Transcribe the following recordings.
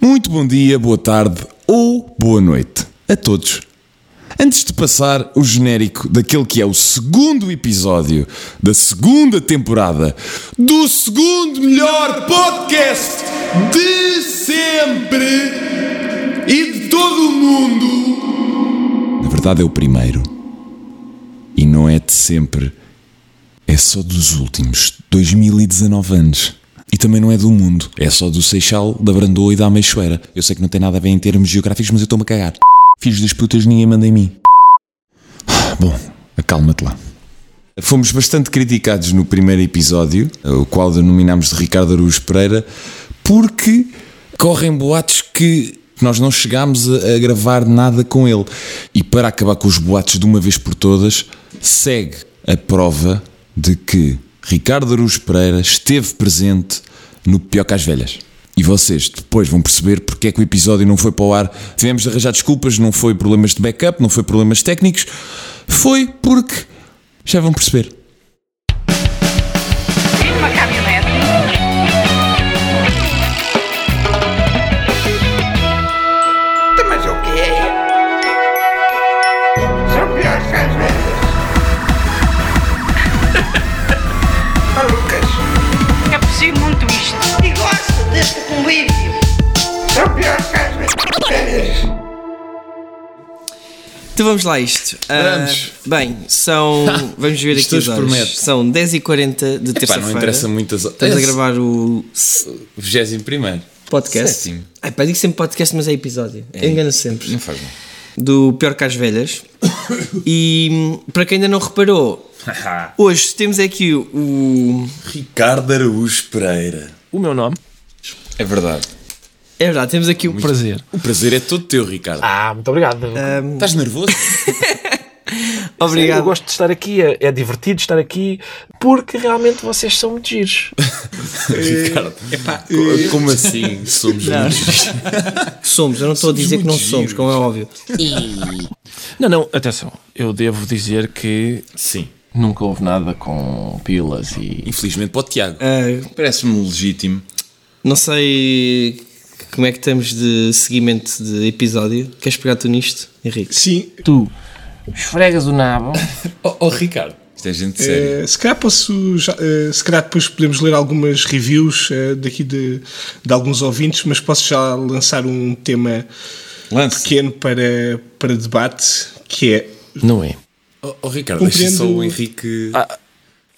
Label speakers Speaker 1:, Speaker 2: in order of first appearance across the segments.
Speaker 1: Muito bom dia, boa tarde ou boa noite a todos. Antes de passar o genérico daquele que é o segundo episódio da segunda temporada do segundo melhor podcast de sempre e de todo o mundo. Na verdade é o primeiro. E não é de sempre. É só dos últimos 2019 anos. E também não é do mundo. É só do Seixal, da Brandoa e da Ameixoeira. Eu sei que não tem nada a ver em termos geográficos, mas eu estou-me a cagar. Filhos das putas, ninguém manda em mim. Bom, acalma-te lá. Fomos bastante criticados no primeiro episódio, o qual denominámos de Ricardo Araújo Pereira, porque correm boatos que nós não chegámos a, a gravar nada com ele. E para acabar com os boatos de uma vez por todas, segue a prova de que Ricardo Araújo Pereira esteve presente no Piocas Velhas. E vocês depois vão perceber porque é que o episódio não foi para o ar. Tivemos de arranjar desculpas, não foi problemas de backup, não foi problemas técnicos. Foi porque. Já vão perceber.
Speaker 2: Vindo uma caminhonete. Tá, Mas o que é? São piores que às vezes. Ó, Lucas,
Speaker 3: É possível muito isto.
Speaker 4: e gosto deste convívio.
Speaker 2: são piores que às vezes.
Speaker 5: Então vamos lá a isto. Ah,
Speaker 1: Vamos.
Speaker 5: bem, são. Vamos ver
Speaker 1: Isto
Speaker 5: aqui os
Speaker 1: hoje
Speaker 5: horas.
Speaker 1: promete.
Speaker 5: São 10h40 de
Speaker 1: Epá,
Speaker 5: terça-feira.
Speaker 1: não interessa muito as
Speaker 5: Estamos a gravar o
Speaker 1: 21.
Speaker 5: podcast.
Speaker 1: Sétimo.
Speaker 5: Ai, pá, digo sempre podcast, mas é episódio. Engano sempre.
Speaker 1: Não faz mal.
Speaker 5: Do Pior que às Velhas. e hum, para quem ainda não reparou, hoje temos aqui o.
Speaker 1: Ricardo Araújo Pereira.
Speaker 6: o meu nome.
Speaker 1: É verdade.
Speaker 5: É verdade, temos aqui o.
Speaker 6: Prazer.
Speaker 1: O prazer é todo teu, Ricardo.
Speaker 6: Ah, muito obrigado.
Speaker 1: Estás nervoso?
Speaker 6: Eu
Speaker 5: Obrigado.
Speaker 6: gosto de estar aqui, é, é divertido estar aqui, porque realmente vocês são muito giros.
Speaker 1: Ricardo. co- Como assim? Somos muitos.
Speaker 5: Somos, eu não estou a dizer que não
Speaker 1: muito
Speaker 5: somos, como é óbvio.
Speaker 6: Não, não, atenção. Eu devo dizer que
Speaker 1: Sim.
Speaker 6: nunca houve nada com pilas e.
Speaker 1: Infelizmente para o Tiago.
Speaker 5: Ah,
Speaker 1: Parece-me legítimo.
Speaker 5: não sei como é que estamos de seguimento de episódio. Queres pegar tu nisto, Henrique?
Speaker 7: Sim,
Speaker 6: Tu esfregas o nabo.
Speaker 1: Oh, oh, Ricardo. Isto é gente séria.
Speaker 7: eh, se calhar posso. já- eh, se calhar depois podemos ler algumas reviews eh, daqui de, de alguns ouvintes, mas posso já lançar um tema
Speaker 1: Lance.
Speaker 7: pequeno para, para debate que é.
Speaker 6: Não é?
Speaker 1: Oh, oh, Ricardo, deixa
Speaker 7: Compreendo-
Speaker 1: só o Henrique.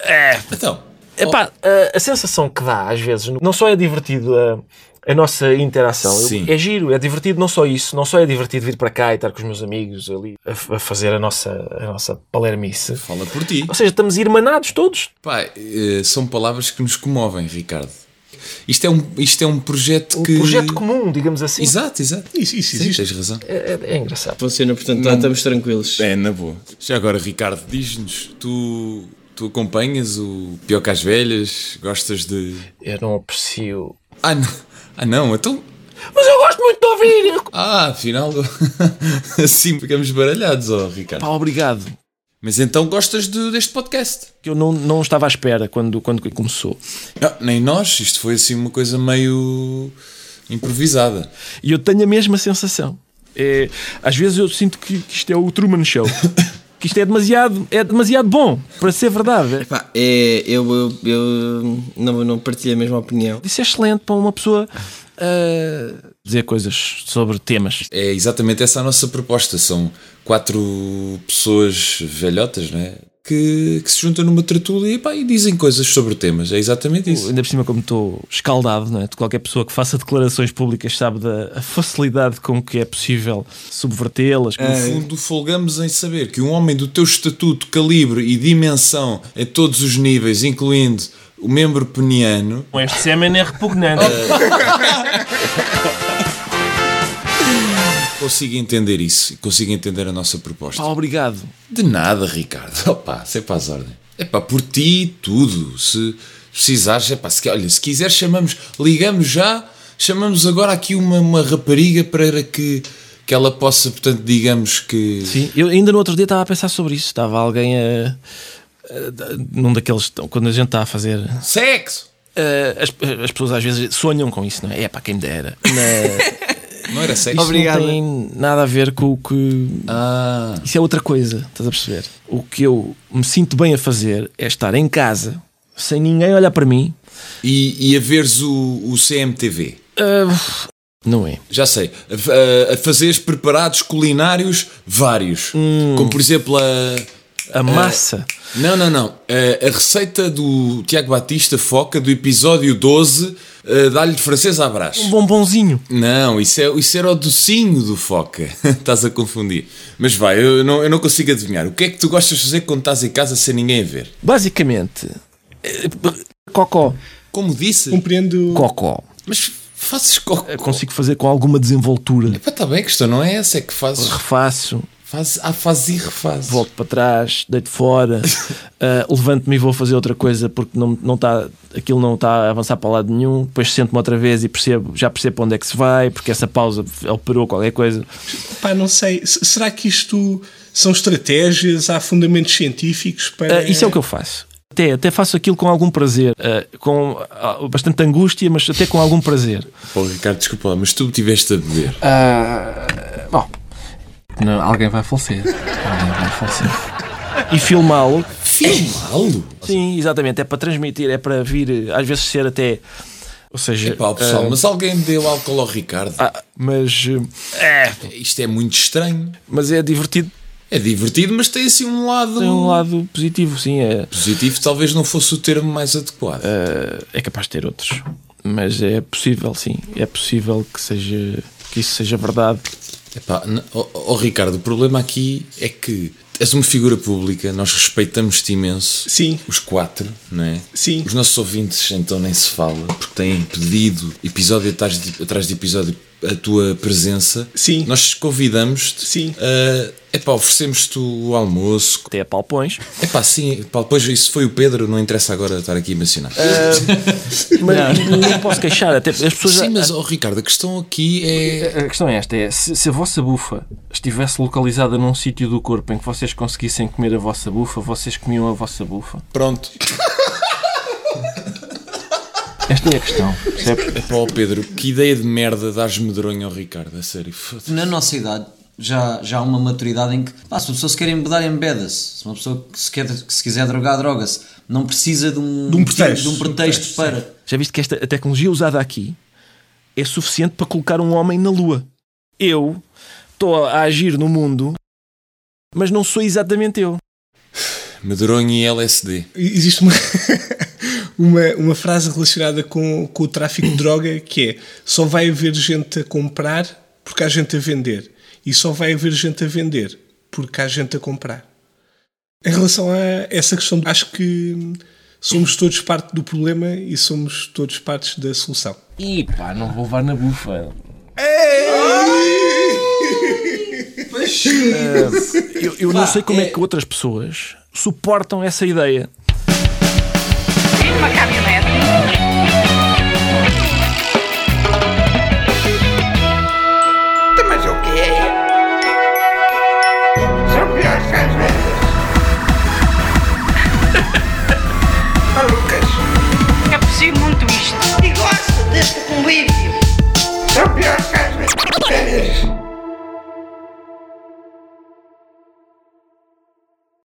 Speaker 1: é. Então.
Speaker 6: Epá, a, a sensação que dá às vezes, não só é divertido a, a nossa interação, eu-
Speaker 1: Sim.
Speaker 6: é giro, é divertido não só isso, não só é divertido vir para cá e estar com os meus amigos ali a, f- a fazer a nossa, a nossa palermice.
Speaker 1: Fala por ti.
Speaker 6: Ou seja, estamos irmanados todos.
Speaker 1: Pá, eh, são palavras que nos comovem, Ricardo. Isto é um, isto é um projeto
Speaker 6: Um
Speaker 1: que.
Speaker 6: projeto comum, digamos assim.
Speaker 1: Exato, exato.
Speaker 7: Isso,
Speaker 1: Sim,
Speaker 7: isso existe.
Speaker 1: tens razão.
Speaker 6: É, é- é engraçado.
Speaker 5: Funciona, portanto, lá estamos tranquilos.
Speaker 1: É, na boa. Já agora, Ricardo, diz-nos, tu, tu acompanhas o Piocas Velhas? Gostas de.
Speaker 6: Eu não aprecio.
Speaker 1: Ah, não, ah, não então.
Speaker 6: Mas eu gosto muito de ouvir!
Speaker 1: Ah, afinal. assim ficamos baralhados, ó, Ricardo.
Speaker 6: Pá, obrigado.
Speaker 1: Mas então gostas de- deste podcast?
Speaker 6: Que eu não, não estava à espera quando, quando começou.
Speaker 1: Não, nem nós, isto foi assim uma coisa meio. improvisada.
Speaker 6: E eu tenho a mesma sensação. É, às vezes eu sinto que, que isto é o Truman Show. que isto é demasiado, é demasiado bom para ser verdade.
Speaker 5: Pá, é, eu, eu, eu não, não partilho a mesma opinião.
Speaker 6: Isso é excelente para uma pessoa ah, dizer coisas sobre temas.
Speaker 1: É exatamente essa a nossa proposta. São quatro pessoas velhotas, não é? Que, que se juntam numa tertúlia e, pá, e dizem coisas sobre temas. É exatamente isso.
Speaker 6: Ainda por cima, como estou escaldado, não é? De qualquer pessoa que faça declarações públicas sabe da a facilidade com que é possível subvertê-las.
Speaker 1: No fundo, folgamos em saber que um homem do teu estatuto, calibre e dimensão a todos os níveis, incluindo o membro peniano,
Speaker 6: Com Este sêmen é repugnante.
Speaker 1: consiga entender isso e consiga entender a nossa proposta.
Speaker 6: Pá, obrigado.
Speaker 1: De nada, Ricardo. Opa, sempre às ordens. É pá, por ti tudo. Se precisares, é pá, se, olha, se quiseres, chamamos, ligamos já, chamamos agora aqui uma, uma rapariga para que, que ela possa, portanto, digamos que.
Speaker 6: Sim, eu ainda no outro dia estava a pensar sobre isso. Estava alguém a. a- num daqueles. Quando a gente está a fazer.
Speaker 1: Sexo!
Speaker 6: ah, as, as pessoas às vezes sonham com isso, não é? É para quem me dera. Na-
Speaker 1: Não era sexo?
Speaker 6: isso
Speaker 5: Obrigado.
Speaker 6: não tem nada a ver com o que.
Speaker 1: Ah,
Speaker 6: Isso é outra coisa, estás a perceber? O que eu me sinto bem a fazer é estar em casa, sem ninguém olhar para mim.
Speaker 1: e, e a veres o, o CMTV.
Speaker 6: Ah, não é?
Speaker 1: Já sei. A, f- a- a fazeres preparados culinários vários.
Speaker 6: Hum.
Speaker 1: Como por exemplo a.
Speaker 6: A massa.
Speaker 1: Não, não, não. A, a receita do Tiago Batista Foca do episódio 12 eh, dá-lhe de francês à brás.
Speaker 6: Um bombonzinho.
Speaker 1: Não, isso, é, isso era o docinho do Foca. estás a confundir. Mas vai, eu não, eu não consigo adivinhar. O que é que tu gostas de fazer quando estás em casa sem ninguém a ver?
Speaker 6: Basicamente. eh, Cocó.
Speaker 1: Como disse,
Speaker 7: Compreendo.
Speaker 6: Cocó.
Speaker 1: mas fazes cocô.
Speaker 6: Um Eu Consigo fazer com alguma desenvoltura.
Speaker 1: Está bem, a questão não é essa, é que fazes.
Speaker 6: Refaço,
Speaker 1: Fazes, ah, fazes e refazes.
Speaker 6: volto para trás, deito fora, ah, levanto-me e vou fazer outra coisa porque não, não tá, aquilo não está a avançar para lado nenhum. Depois sento-me outra vez e percebo, já percebo para onde é que se vai, porque essa pausa operou qualquer coisa.
Speaker 7: Pá, não sei. S- Será que isto são estratégias? Há fundamentos científicos para.
Speaker 6: Ah, isso é o que eu faço. Até, até faço aquilo com algum prazer, ah, com ah, bastante angústia, mas até com algum prazer.
Speaker 1: Pô, Ricardo, desculpa lá, mas tu me tiveste a beber.
Speaker 6: Bom, alguém vai falecer. Alguém vai falecer. E filmá-lo.
Speaker 1: Filmá-lo?
Speaker 6: Sim, exatamente. É para transmitir, é para vir, eh, às vezes ser até. Ou seja.
Speaker 1: Pá, pessoal, mas alguém me deu álcool ao Ricardo.
Speaker 6: ah, mas, eh,
Speaker 1: Isto é muito estranho.
Speaker 6: mas é divertido.
Speaker 1: É divertido, mas tem assim um lado.
Speaker 6: Tem um lado positivo, sim. É,
Speaker 1: Positivo talvez não fosse o termo mais adequado.
Speaker 6: é capaz de ter outros. Mas é possível, sim. É possível que seja. Que isso seja verdade.
Speaker 1: Epá, n- oh, oh, Ricardo, o problema aqui é que és uma figura pública, nós respeitamos-te imenso.
Speaker 7: Sim.
Speaker 1: Os quatro, não é?
Speaker 7: Sim.
Speaker 1: Os nossos ouvintes então nem se fala, porque têm pedido episódio atrás de, atrás de episódio a tua presença.
Speaker 7: Sim.
Speaker 1: Nós convidamos-te.
Speaker 7: Sim.
Speaker 1: Ah, epá, oferecemos-te o almoço.
Speaker 6: Até a palpões.
Speaker 1: Epá, sim, pá, depois isso foi o Pedro, não interessa agora estar aqui a mencionar.
Speaker 7: Eh,
Speaker 6: Mas não, posso queixar. Até, as pessoas
Speaker 1: sim, mas oh, Ricardo, a questão aqui é.
Speaker 6: A questão é esta: é, se, se a vossa bufa estivesse localizada num sítio do corpo em que vocês conseguissem comer a vossa bufa, vocês comiam a vossa bufa?
Speaker 1: Pronto.
Speaker 6: Esta é a questão, percebes?
Speaker 1: Epá, ó, Pedro, que ideia de merda dás medronho ao Ricardo, a sério. foda-se.
Speaker 8: Na nossa idade já, já há uma maturidade em que pá, se uma pessoa se quer embedar, embeda-se. Se uma pessoa que se, quer, que se quiser drogar, droga-se. Não precisa de um,
Speaker 7: De um pretexto.
Speaker 8: de um pretexto
Speaker 7: De um pretexto,
Speaker 8: para.
Speaker 6: Já viste que esta a tecnologia usada aqui é suficiente para colocar um homem na lua? Eu estou a agir no mundo, mas não sou exatamente eu.
Speaker 1: Medronho e LSD.
Speaker 7: Existe uma, uma, uma frase relacionada com, com o tráfico de droga que é: só vai haver gente a comprar porque há gente a vender. E só vai haver gente a vender porque há gente a comprar. Em relação a essa questão, acho que hum, somos todos parte do problema e somos todos partes da solução.
Speaker 6: E pá, não vou levar na bufa. Eh, é- eu, eu não sei como é que outras pessoas suportam essa ideia.
Speaker 2: Tá,